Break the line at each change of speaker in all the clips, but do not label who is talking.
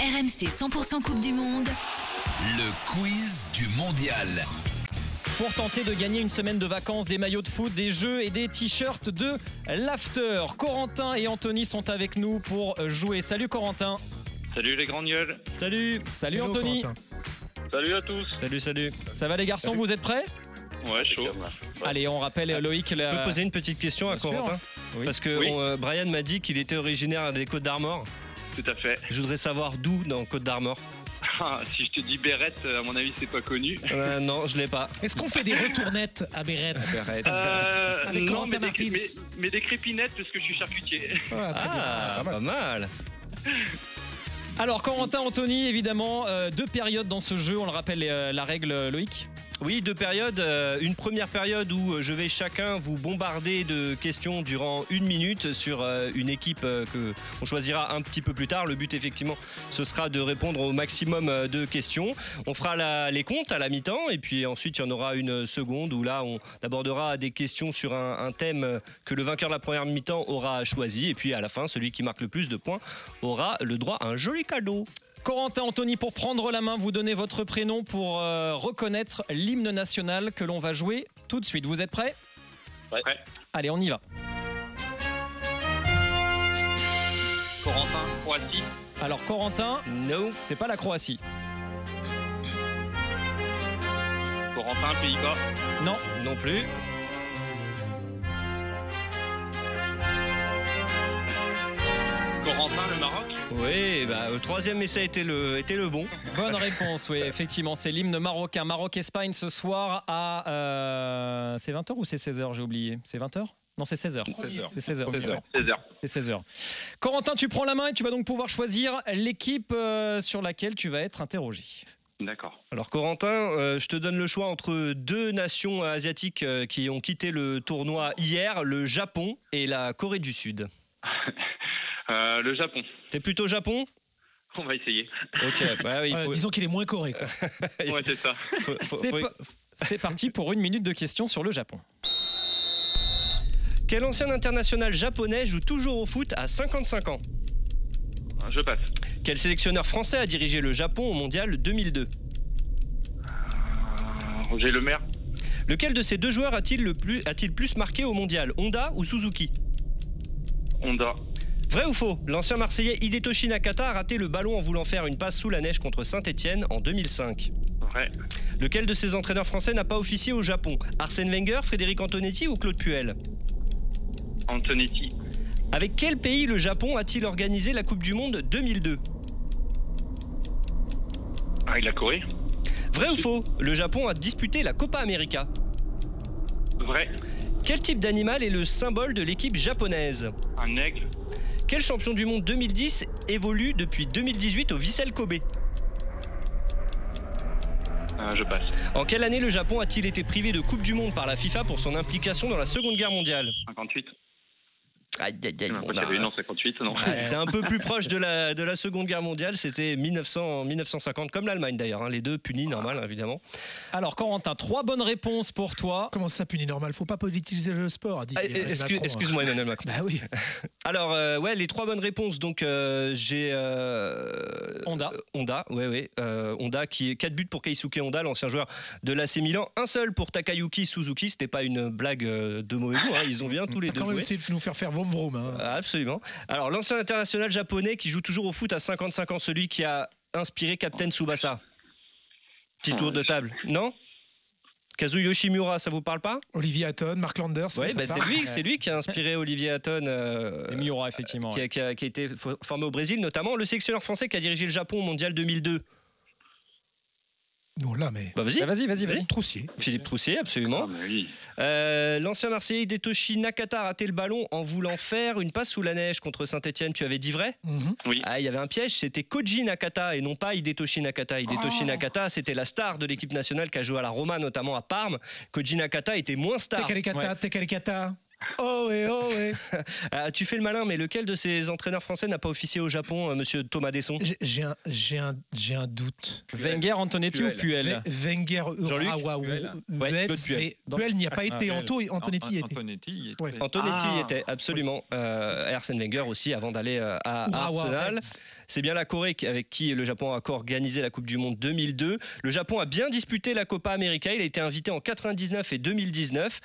RMC 100% Coupe du Monde.
Le quiz du mondial.
pour tenter de gagner une semaine de vacances, des maillots de foot, des jeux et des t-shirts de l'after. Corentin et Anthony sont avec nous pour jouer. Salut Corentin.
Salut les grandes gueules.
Salut. Salut Anthony. Euh,
Salut à tous.
Salut, salut. Ça va les garçons, vous êtes prêts
Ouais, chaud.
Allez, on rappelle Loïc.
Je peux
La...
poser une petite question à
Bien sûr.
Corentin
Oui.
Parce que
Oui.
on, euh, Brian m'a dit qu'il était originaire des Côtes d'Armor.
Tout à fait.
Je voudrais savoir d'où dans Côtes d'Armor.
Ah, si je te dis Bérette, à mon avis, c'est pas connu.
Euh, non, je l'ai pas.
Est-ce qu'on fait des retournettes à Bérette
Euh,
Avec
non,
Corentin
mais des,
Martins.
mais- mais des crépinettes parce que je suis charcutier.
Ah, pas mal.
Alors Corentin, Anthony, évidemment, euh, deux périodes dans ce jeu. On le rappelle euh, la règle euh, Loïc.
Oui, deux périodes. Euh, une première période où euh, je vais chacun vous bombarder de questions durant une minute sur euh, une équipe euh, que on choisira un petit peu plus tard. Le but, effectivement, ce sera de répondre au maximum euh, de questions. On fera la- les comptes à la mi-temps et puis ensuite, il y en aura une seconde où là, on abordera des questions sur un, un thème euh, que le vainqueur de la première mi-temps aura choisi. Et puis à la fin, celui qui marque le plus de points aura le droit à un joli cadeau.
Corentin, Anthony, pour prendre la main, vous donnez votre prénom pour euh, reconnaître l'hymne national que l'on va jouer tout de suite. Vous êtes prêts
Ouais.
Allez, on y va.
Corentin, Croatie,
Alors Corentin,
No.
c'est pas la Croatie.
Corentin, Pays-Bas,
Non,
Non plus.
Corentin, le Maroc,
Oui, bah, le troisième essai était le, était le bon.
bonne réponse, oui, effectivement, c'est l'hymne marocain. Maroc-Espagne ce soir à. euh, c'est 20h ou c'est 16h J'ai oublié. C'est 20h Non, c'est 16h.
16h.
C'est 16h.
16h.
C'est 16h. Corentin, tu prends la main et tu vas donc pouvoir choisir l'équipe euh, sur laquelle tu vas être interrogé.
D'accord.
Alors Corentin, euh, je te donne le choix entre deux nations asiatiques euh, qui ont quitté le tournoi hier, le Japon et la Corée du Sud.
Euh, le Japon,
T'es plutôt Japon
on va essayer.
Ok, bah oui,
Euh,
faut-
Disons qu'il est moins coré. quoi.
Ouais, c'est ça.
faut- faut-
C'est
faut-
pas- c'est parti pour une minute de questions sur le Japon.
Quel ancien international japonais joue toujours au foot à 55 ans
Je passe.
Quel sélectionneur français a dirigé le Japon au Mondial 2002
Euh, Roger Le Maire,
Lequel de ces deux joueurs a-t-il le plus, a-t-il plus marqué au Mondial, Honda ou Suzuki
Honda.
Vrai ou faux L'ancien Marseillais Hidetoshi Nakata a raté le ballon en voulant faire une passe sous la neige contre Saint-Etienne en 2005.
Vrai.
Lequel de ces entraîneurs français n'a pas officié au Japon Arsène Wenger, Frédéric Antonetti ou Claude Puel
Antonetti,
Avec quel pays le Japon a-t-il organisé la Coupe du Monde 2002
avec la Corée.
Vrai ou faux Le Japon a disputé la Copa América.
Vrai.
Quel type d'animal est le symbole de l'équipe japonaise
Un aigle,
Quel champion du monde 2010 évolue depuis 2018 au Vissel Kobe
Euh, je passe.
En quelle année le Japon a-t-il été privé de Coupe du Monde par la FIFA pour son implication dans la Seconde Guerre mondiale
58.
Aïe, aïe, aïe,
Non,
bon,
pas
bah,
là,
qu'il y avait une en 58, non.
Ouais, C'est un peu plus proche de la, de la Seconde Guerre mondiale, c'était 1900, 1950, comme l'Allemagne d'ailleurs, hein, les deux punis, normal, évidemment.
Alors Corentin, trois bonnes réponses pour toi.
Comment ça punit normal Faut pas politiser le sport, a dit
Ah,
Emmanuel
excuse-
Macron. hein.
Excuse-moi Emmanuel Macron.
Bah oui.
Alors, euh, ouais, les trois bonnes réponses, donc euh, j'ai... euh,
Honda.
euh, Honda, ouais, ouais. euh, Honda qui est 4 buts pour Keisuke Honda, l'ancien joueur de l'AC Milan. Un seul pour Takayuki Suzuki, c'était pas une blague euh, de mauvais goût, hein, ils ont bien tous les
T'as
deux
quand même
joué.
essayé de nous faire faire vroom vroom. hein.
Ah, Absolument. Alors, l'ancien international japonais qui joue toujours au foot à 55 ans, celui qui a inspiré Captain Tsubasa. Petit
Oh,
tour de
je-
table, non Kazu Yoshimura, ça vous parle pas
Olivier Hatton, Mark Landers.
Oui,
ça
c'est
parle.
lui, c'est lui qui a inspiré Olivier Hatton, euh,
C'est Miura, effectivement.
qui, a, qui a- qui a été fo- formé au Brésil, notamment le sélectionneur français qui a dirigé le Japon au Mondial 2002.
Non, là, mais.
Bah vas-y,
Ah, Vas-y, vas-y, vas-y.
Troussier.
Philippe Troussier,
Ah,
absolument.
mais oui.
Euh, L'ancien Marseillais Hidetoshi Nakata a raté le ballon en voulant faire une passe sous la neige contre Saint-Etienne. Tu avais dit vrai
Mhm.
Ah, il y avait un piège, c'était Koji Nakata et non pas Hidetoshi Nakata. Hidetoshi
Oh.
Nakata, c'était la star de l'équipe nationale qui a joué à la Roma, notamment à Parme. Koji Nakata était moins star.
Tekerikata,
Ouais.
Tekerikata. Oh ouais, oh ouais.
Ah, tu fais le malin, mais lequel de ces entraîneurs français n'a pas officié au Japon, euh, monsieur Thomas Desson
J'ai- J'ai un, j'ai un, j'ai un doute.
Wenger, Antonetti ou
Puel.
Puel
Ve- Wenger, euh,
Jean-Luc
Urawa,
Puel.
Ouais,
Wets,
Claude Puel.
mais Puel n'y a pas
Ah,
été.
Puel.
Anto, Antonetti y était.
Antonetti y était.
Ouais.
Antonetti
Ah.
y était, absolument. Euh, et Arsène Wenger aussi, avant d'aller euh, à
Urawa,
Arsenal. euh,
Wets.
C'est bien la Corée qui- avec qui le Japon a encore organisé la Coupe du Monde 2002. Le Japon a bien disputé la Copa América. Il a été invité en 99 et 2019.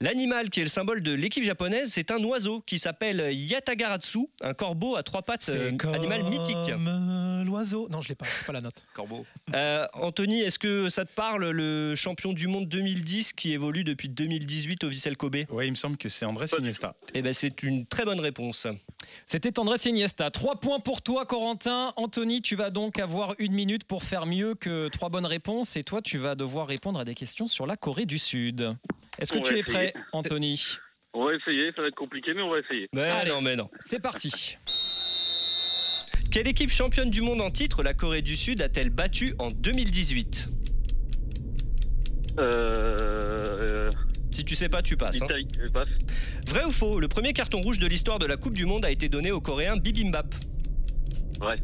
L'animal qui est le symbole de l'équipe japonaise, c'est un oiseau qui s'appelle Yatagaratsu, un corbeau à trois pattes, euh,
C'est comme
animal mythique.
l'oiseau. Non, je l'ai pas. j'ai Pas la note.
Corbeau.
Euh, Anthony, est-ce que ça te parle, le champion du monde 2010 qui évolue depuis 2018 au Vissel Kobe
Oui, il me semble que c'est André Siniesta.
Eh ben, c'est une très bonne réponse.
C'était André Iniesta. Trois points pour toi, Corentin. Anthony, tu vas donc avoir une minute pour faire mieux que trois bonnes réponses. Et toi, tu vas devoir répondre à des questions sur la Corée du Sud. Est-ce que
On
tu
va
es prêt,
essayer.
Anthony
On va essayer, ça va être compliqué, mais on va essayer.
Mais
Allez.
non, mais non.
C'est parti.
Quelle équipe championne du monde en titre la Corée du Sud a-t-elle battue en 2018
Euh, euh,
Si tu sais pas, tu passes. hein.
L'Italie, je passe.
Vrai ou faux Le premier carton rouge de l'histoire de la Coupe du Monde a été donné au Coréen Bibimbap.
Vrai.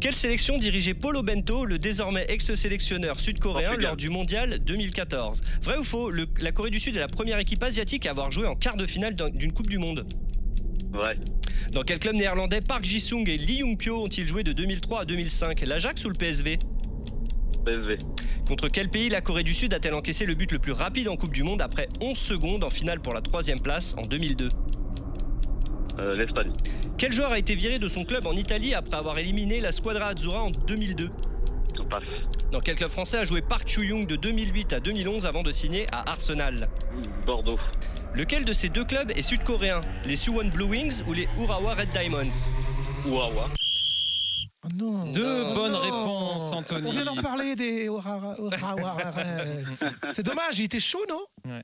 Quelle sélection dirigeait Paulo Bento, le désormais ex-sélectionneur sud-coréen,
Portugal.
lors du mondial 2014 Vrai ou faux Le- La Corée du Sud est la première équipe asiatique à avoir joué en quart de finale d'un- d'une Coupe du Monde.
Vrai.
Dans quel club néerlandais Park Ji-sung et Lee Jung-pyo ont-ils joué de 2003 à 2005 L'Ajax ou le PSV
PSV.
Contre quel pays la Corée du Sud a-t-elle encaissé le but le plus rapide en Coupe du Monde après 11 secondes en finale pour la troisième place en 2002
Euh, L'Espagne.
Quel joueur a été viré de son club en Italie après avoir éliminé la Squadra Azzurra en 2002
On passe.
Dans quel club français a joué Park Chu-young de 2008 à 2011 avant de signer à Arsenal
Bordeaux.
Lequel de ces deux clubs est sud-coréen Les Suwon Blue Wings ou les Urawa Red Diamonds
Ouawa.
Oh non.
Deux
Oh
bonnes
non.
réponses, Anthony.
On vient d'en parler des. Urara- Urara- C'est dommage. Il était chaud, non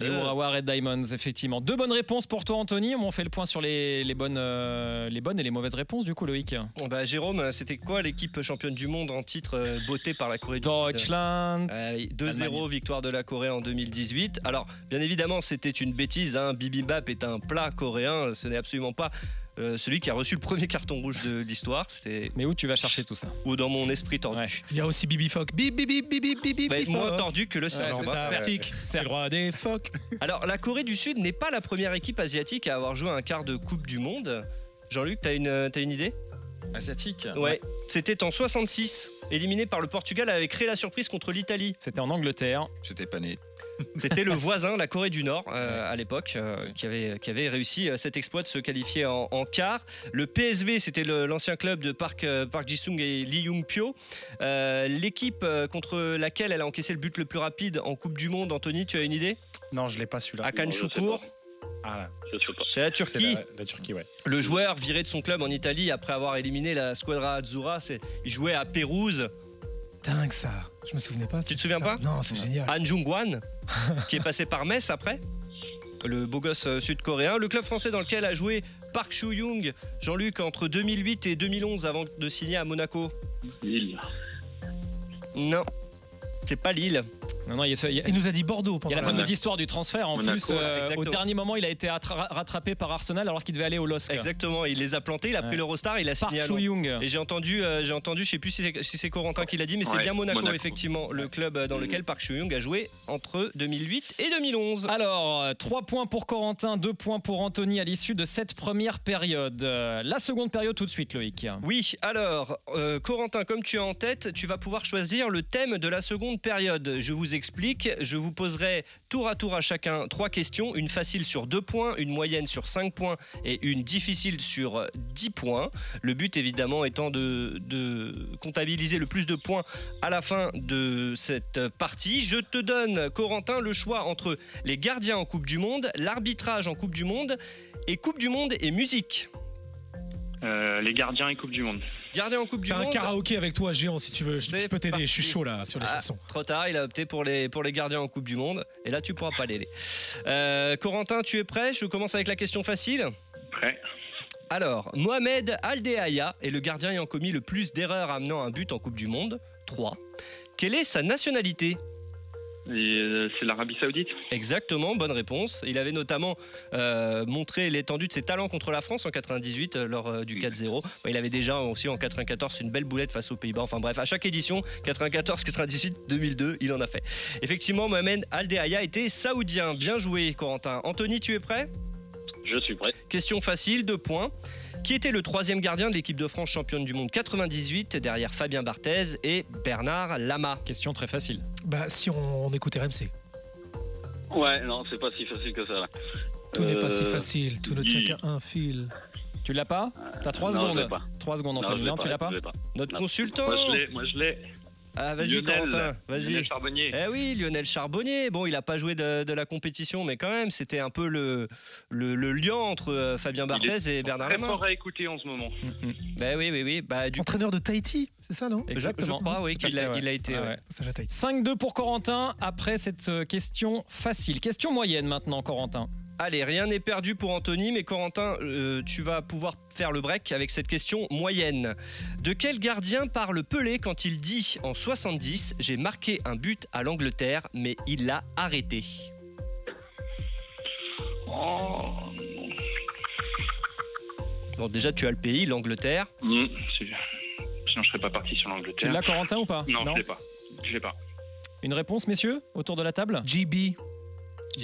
Les
Euh.
Urawa Red Diamonds, effectivement. Deux bonnes réponses pour toi, Anthony. On fait le point sur les, les bonnes, euh, les bonnes et les mauvaises réponses, du coup, Loïc.
Bon, bah, Jérôme, c'était quoi l'équipe championne du monde en titre euh, beauté par la Corée du Sud
Deutschland.
Euh, 2-0
Allemagne.
victoire de la Corée en 2018. Alors, bien évidemment, c'était une bêtise. Hein. Bibimbap est un plat coréen. Ce n'est absolument pas euh, celui qui a reçu le premier carton rouge de l'histoire. C'était
Mais où tu vas chercher tout ça
ou dans mon esprit tordu.
Ouais.
Il y a aussi Bibi Fock. Bibi, Bibi, Bibi, Bibi,
Bah,
Bibi
moins
Fock.
tordu que le sien.
Alors,
c'est
bah,
ça, ouais.
Arctique, c'est le roi des phoques.
Alors, la Corée du Sud n'est pas la première équipe asiatique à avoir joué un quart de Coupe du Monde. Jean-Luc, t'as une, euh, t'as une idée
Asiatique.
Ouais. C'était en 66, éliminé par le Portugal avec créé la surprise contre l'Italie.
C'était en Angleterre.
Ah, J'étais pas né.
C'était le voisin, la Corée du Nord, euh, à l'époque, euh, qui, avait, qui avait réussi euh, cet exploit de se qualifier en, en quart. Le PSV, c'était le- l'ancien club de Park, euh, Park Ji-sung et Lee Jung-pyo. Euh, L'équipe euh, contre laquelle elle a encaissé le but le plus rapide en Coupe du Monde, Anthony, tu as une idée
Non, je l'ai pas celui-là.
Akan
Non, je sais
Şükür,
Ah là,
Je sais pas.
c'est la
c'est
Turquie.
la, la Turquie, ouais.
Le joueur viré de son club en Italie après avoir éliminé la Squadra Azzurra, c'est- il jouait à Pérouse.
Dingue ça. Je me souvenais pas.
Tu te souviens pas
Non, c'est génial.
Han Jung-wan, qui est passé par Metz après, le beau gosse euh, sud-coréen. Le club français dans lequel a joué Park Chou-young, Jean-Luc, entre 2008 et 2011 avant de signer à Monaco.
Lille.
Non, c'est pas Lille.
Non, non, il y a, ce- il y a-
Il nous a dit Bordeaux
il y
pendant
a la
la-
fameuse histoire du transfert. En
Monaco,
plus, euh, au
exactement.
dernier moment, il a été attra- rattrapé par Arsenal alors qu'il devait aller au LOSC.
Exactement, il les a plantés, il a
Ouais.
pris l'Eurostar, il a
Park
signé à Londres.
Chou-Young.
Et j'ai entendu, euh, j'ai entendu, je sais plus si c'est si c'est Corentin qui l'a dit, mais c'est
Ouais,
bien Monaco,
Monaco.
effectivement, le club euh, dans lequel Park Chou-young a joué entre 2008 et 2011.
Alors, euh, trois points pour Corentin, deux points pour Anthony à l'issue de cette première période. Euh, La seconde période tout de suite, Loïc.
Oui, alors, euh, Corentin, comme tu as en tête, tu vas pouvoir choisir le thème de la seconde période. Je vous explique, je vous poserai tour à tour à chacun trois questions, une facile sur 2 points, une moyenne sur 5 points et une difficile sur 10 points. Le but, évidemment, étant de, de comptabiliser le plus de points à la fin de cette partie. Je te donne, Corentin, le choix entre les gardiens en Coupe du Monde, l'arbitrage en Coupe du Monde et Coupe du Monde et musique.
Euh, les gardiens et Coupe du Monde.
Gardien en Coupe du
T'as un
Monde.
karaoké avec toi, géant, si tu veux. Je,
C'est
je peux t'aider. Je suis
parti.
chaud là sur les
Ah,
chansons.
Trop tard, il a opté pour les, pour les gardiens en Coupe du Monde. Et là, tu pourras pas l'aider. Euh, Corentin, tu es prêt Je commence avec la question facile.
Prêt.
Alors, Mohamed Aldehaya est le gardien ayant commis le plus d'erreurs amenant un but en Coupe du Monde. 3. Quelle est sa nationalité
Et, euh, c'est l'Arabie Saoudite
Exactement, bonne réponse. Il avait notamment euh, montré l'étendue de ses talents contre la France en 98 euh, lors euh, du 4-0. Bon, Il avait déjà aussi en 94 une belle boulette face aux Pays-Bas. Enfin bref, à chaque édition, 94, 98, 2002, il en a fait. Effectivement, Mohamed Aldehaya était saoudien. Bien joué, Corentin. Anthony, tu es prêt
Je suis prêt.
Question facile, deux points. Qui était le troisième gardien de l'équipe de France championne du monde 98 derrière Fabien Barthez et Bernard Lama
Question très facile.
Bah, si on, on écoute RMC.
Ouais, non, c'est pas si facile que ça là.
Tout n'est pas si
Euh,
facile, tout ne tient
oui.
qu'à un fil.
Tu l'as pas T'as 3
non, je l'ai
secondes.
pas.
3 secondes,
Non, je
Anthony.
l'ai
Non, hein,
pas,
tu l'as
je
pas
l'ai pas.
Notre
Non.
consultant
Moi je l'ai, moi je l'ai.
Ah, vas-y,
Lionel.
Corentin,
Lionel
vas-y.
Charbonnier.
Eh oui, Lionel Charbonnier. Bon, il n'a pas joué de, de la compétition, mais quand même, c'était un peu le, le, le lien entre euh, Fabien Barthez et Bernard
Très
Lama.
fort à écouter en ce moment.
Mhm.
Bah oui, oui, oui. Bah, du coup,
Entraîneur de Tahiti, c'est ça, non
je, je
Exactement.
crois oui,
Tout à
qu'il
fait,
a,
ouais.
il a été.
Ah
ouais.
ouais.
Ça, j'ai Tahiti.
5-2 pour Corentin après cette euh, question facile. Question moyenne maintenant, Corentin.
Allez, rien n'est perdu pour Anthony, mais Corentin, euh, tu vas pouvoir faire le break avec cette question moyenne. De quel gardien parle Pelé quand il dit en 70 J'ai marqué un but à l'Angleterre, mais il l'a arrêté
Oh.
Bon, déjà, tu as le pays, l'Angleterre.
Mhm, c'est- Sinon, je serais pas parti sur
Tu
l'Angleterre.
l'as, Corentin, ou pas
Non, je l'ai pas. Je l'ai pas.
Une réponse, messieurs, autour de la table
JB.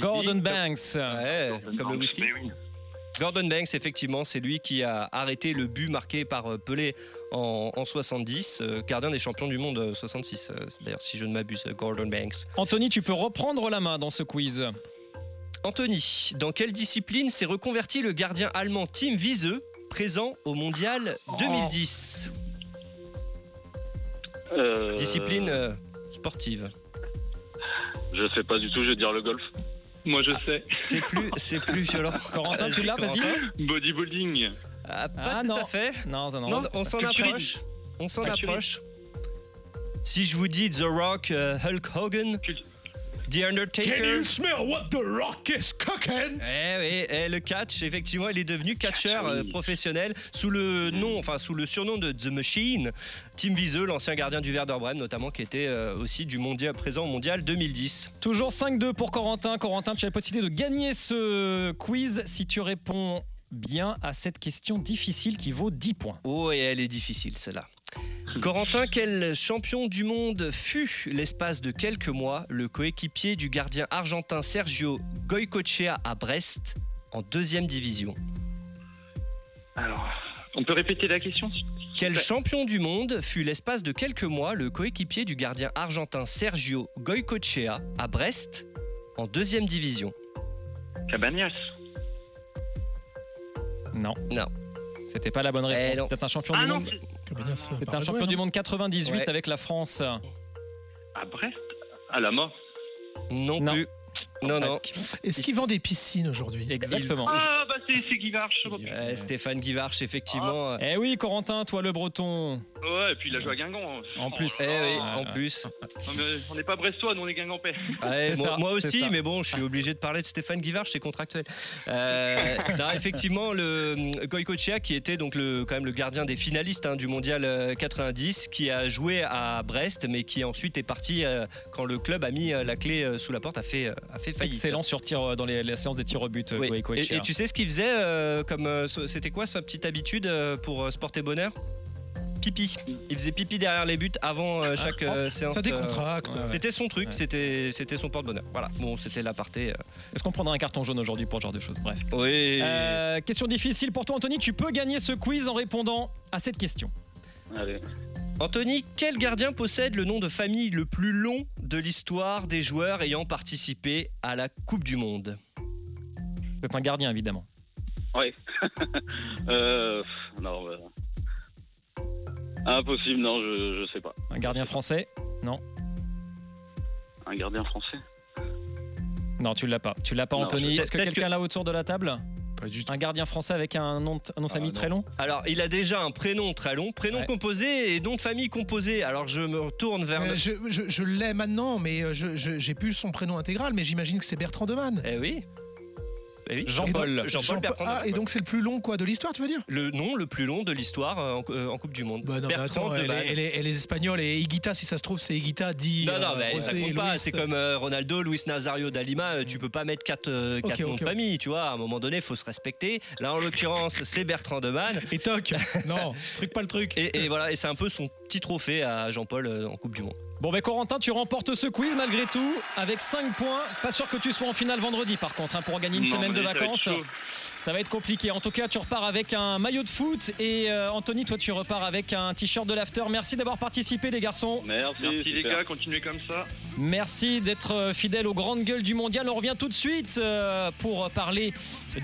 Gordon Banks.
Ouais, Eh, comme le
Non,
whisky.
mais oui.
Gordon Banks, effectivement, c'est lui qui a arrêté le but marqué par euh, Pelé en, en 70, euh, gardien des champions du monde euh, 66. euh, c'est D'ailleurs, si je ne m'abuse, euh, Gordon Banks.
Anthony, tu peux reprendre la main dans ce quiz.
Anthony, dans quelle discipline s'est reconverti le gardien allemand Tim Wiese, présent au mondial 2010
Euh,
Discipline euh, sportive.
Je sais pas du tout, je vais dire le golf. Moi, je sais.
C'est plus, c'est plus violent.
Corentin, tu l'as, vas-y.
Corentin.
Bodybuilding.
Ah, pas
Ah,
tout
non.
à fait.
Non, ça, non.
Non, on s'en
Culture.
approche. On s'en
Culture.
approche. Si je vous dis The Rock, euh, Hulk Hogan,
Culture.
The Undertaker.
smell what the rock is cooking
Eh oui, eh, le catch, effectivement, il est devenu catcheur euh,
Oui.
professionnel sous le nom, enfin sous le surnom de The Machine. Tim Wiese, l'ancien gardien du Werder Bremen, notamment, qui était euh, aussi du mondial présent au mondial 2010.
Toujours 5-2 pour Corentin. Corentin, tu as la possibilité de gagner ce quiz si tu réponds bien à cette question difficile qui vaut 10 points.
Oh, et elle est difficile celle-là. Corentin, quel champion du monde fut, l'espace de quelques mois, le coéquipier du gardien argentin Sergio Goycochea à Brest en deuxième division
Alors, on peut répéter la question
Quel
Ouais.
champion du monde fut l'espace de quelques mois le coéquipier du gardien argentin Sergio Goycochea à Brest en deuxième division
Cabanas.
Non.
Non.
C'était pas la bonne
Eh non.
réponse. C'était un champion
Ah
du
non,
monde.
c'est-
euh,
C'était un champion du monde 98
Ouais.
avec la France.
à Brest À la mort.
Non,
Non.
plus. Non, non.
Presque.
Est-ce qu'il vend des piscines aujourd'hui
Exactement.
Ah, bah c'est c'est Guy Varche.
Ouais, Stéphane Guivarch, effectivement. euh,
Eh oui, Corentin, toi le breton.
Ouais, et puis il a joué à Guingamp.
En plus.
eh
Oh là
oui,
là.
en plus.
Non, mais on n'est pas brestois, nous on est guingampais.
Ouais,
C'est
moi,
ça,
moi
c'est
aussi,
ça.
mais bon, je suis obligé de parler de Stéphane Guivarch, c'est contractuel. Euh, non, effectivement, le Goycochea, qui était donc le, quand même le gardien des finalistes hein, du mondial euh, 90, qui a joué à Brest, mais qui ensuite est parti euh, quand le club a mis euh, la clé euh, sous la porte, a fait, euh, a fait faillite.
Excellent sur tir euh, dans les, la séance des tirs au but. euh,
Oui.
Koei
Et,
Koechea.
et tu sais ce qu'il faisait euh, comme euh, so- c'était quoi sa petite habitude euh, pour euh, se porter bonheur Pipi. Il faisait pipi derrière les buts avant
Ah,
euh, chaque euh, séance.
Ça
euh,
décontracte.
ouais.
c'était son truc,
Ouais.
c'était c'était son porte-bonheur. Voilà. Bon, c'était l'aparté. euh.
Est-ce qu'on prendra un carton jaune aujourd'hui pour ce genre de choses Bref.
Oui.
Euh, question difficile pour toi, Anthony. Tu peux gagner ce quiz en répondant à cette question.
Allez.
Anthony, quel gardien possède le nom de famille le plus long de l'histoire des joueurs ayant participé à la Coupe du Monde
C'est un gardien, évidemment.
Euh, pff, non, euh, impossible, non, je, je sais pas.
Un gardien français
Un gardien français
Non, tu l'as pas. Tu l'as pas,
Non,
Anthony.
je-
Est-ce que
peut-être
quelqu'un là autour de la table
Pas du tout.
Un gardien français avec un nom de, un nom de
Ah,
famille
non.
très long
Alors, il a déjà un prénom très long, prénom
Ouais.
composé et nom de famille composé. Alors, je me retourne vers.
Euh, je je- je l'ai maintenant, mais euh, je- je- j'ai plus son prénom intégral, mais j'imagine que c'est Bertrand Demann.
Eh oui. Eh oui.
Jean-Paul.
Et donc, Jean-Paul Bertrand.
Ah, et donc c'est le plus long quoi de l'histoire, tu veux dire
le nom le plus long de l'histoire euh, en, cou- euh, en Coupe du Monde.
bah non, mais
Bertrand
attends,
de
elle,
Bade.
est, elle est- elle est espagnole et Higuita, si ça se trouve, c'est Higuita dit.
Non, non,
euh,
mais ça
José
compte pas.
Luis.
C'est comme euh, Ronaldo, Luis Nazario, Dalima. euh, Tu peux pas mettre 4
Ok, ok,
noms de
ok.
famille, tu vois. À un moment donné, faut se respecter. Là, en l'occurrence, c'est Bertrand de Bade.
Et toc Non, truc pas le truc.
Et, et voilà, et c'est un peu son petit trophée à Jean-Paul euh, en Coupe du Monde.
Bon, ben Corentin, tu remportes ce quiz malgré tout avec 5 points. Pas sûr que tu sois en finale vendredi par contre hein, pour gagner une
Non,
semaine
mais
de
ça va être
vacances.
chaud.
Ça va être compliqué. En tout cas, tu repars avec un maillot de foot et euh, Anthony, toi, tu repars avec un t-shirt de l'after. Merci d'avoir participé, les garçons.
Merci,
Merci les
super.
gars, continuez comme ça.
Merci d'être euh, fidèle aux grandes gueules du mondial. On revient tout de suite euh, pour parler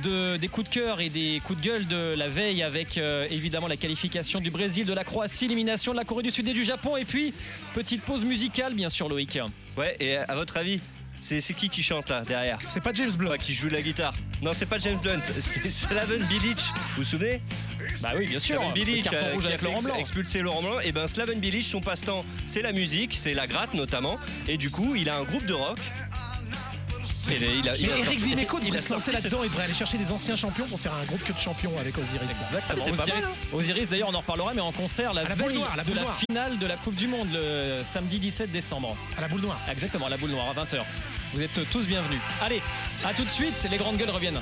de, des coups de cœur et des coups de gueule de la veille avec euh, évidemment la qualification du Brésil, de la Croatie, l'élimination de la Corée du Sud et du Japon. Et puis, petite pause musicale, bien sûr, Loïc.
Ouais, et à votre avis, c'est c'est qui qui chante là derrière
C'est pas James Blunt.
Toi qui joue de la guitare. Non, c'est pas James Blunt, c'est Slaven Bilic. Vous vous souvenez
Bah oui, bien
Slaven Bilic
carton
euh,
rouge
qui a
avec
fait
Laurent
ex-
Blanc.
expulser Laurent Blanc. Et ben Slaven Bilic, son passe-temps, c'est la musique, c'est la gratte notamment. Et du coup, il a un groupe de rock. Et il a- il a- il
Mais
a-
Eric Dimeco
il a
devrait se lancer
sorti-
là-dedans, il devrait aller chercher des anciens champions pour faire un groupe que de champions avec Osiris.
Exactement,
C'est
c'est pas
Osiris,
mal. hein.
Osiris, d'ailleurs, on en reparlera, mais en concert la,
À la boule
veille
noire, à la
de
boule
la
noire.
finale de la Coupe du Monde le samedi 17 décembre.
À la boule noire.
Exactement, à la boule noire à 20h. Vous êtes tous bienvenus. Allez, à tout de suite, les grandes gueules reviennent.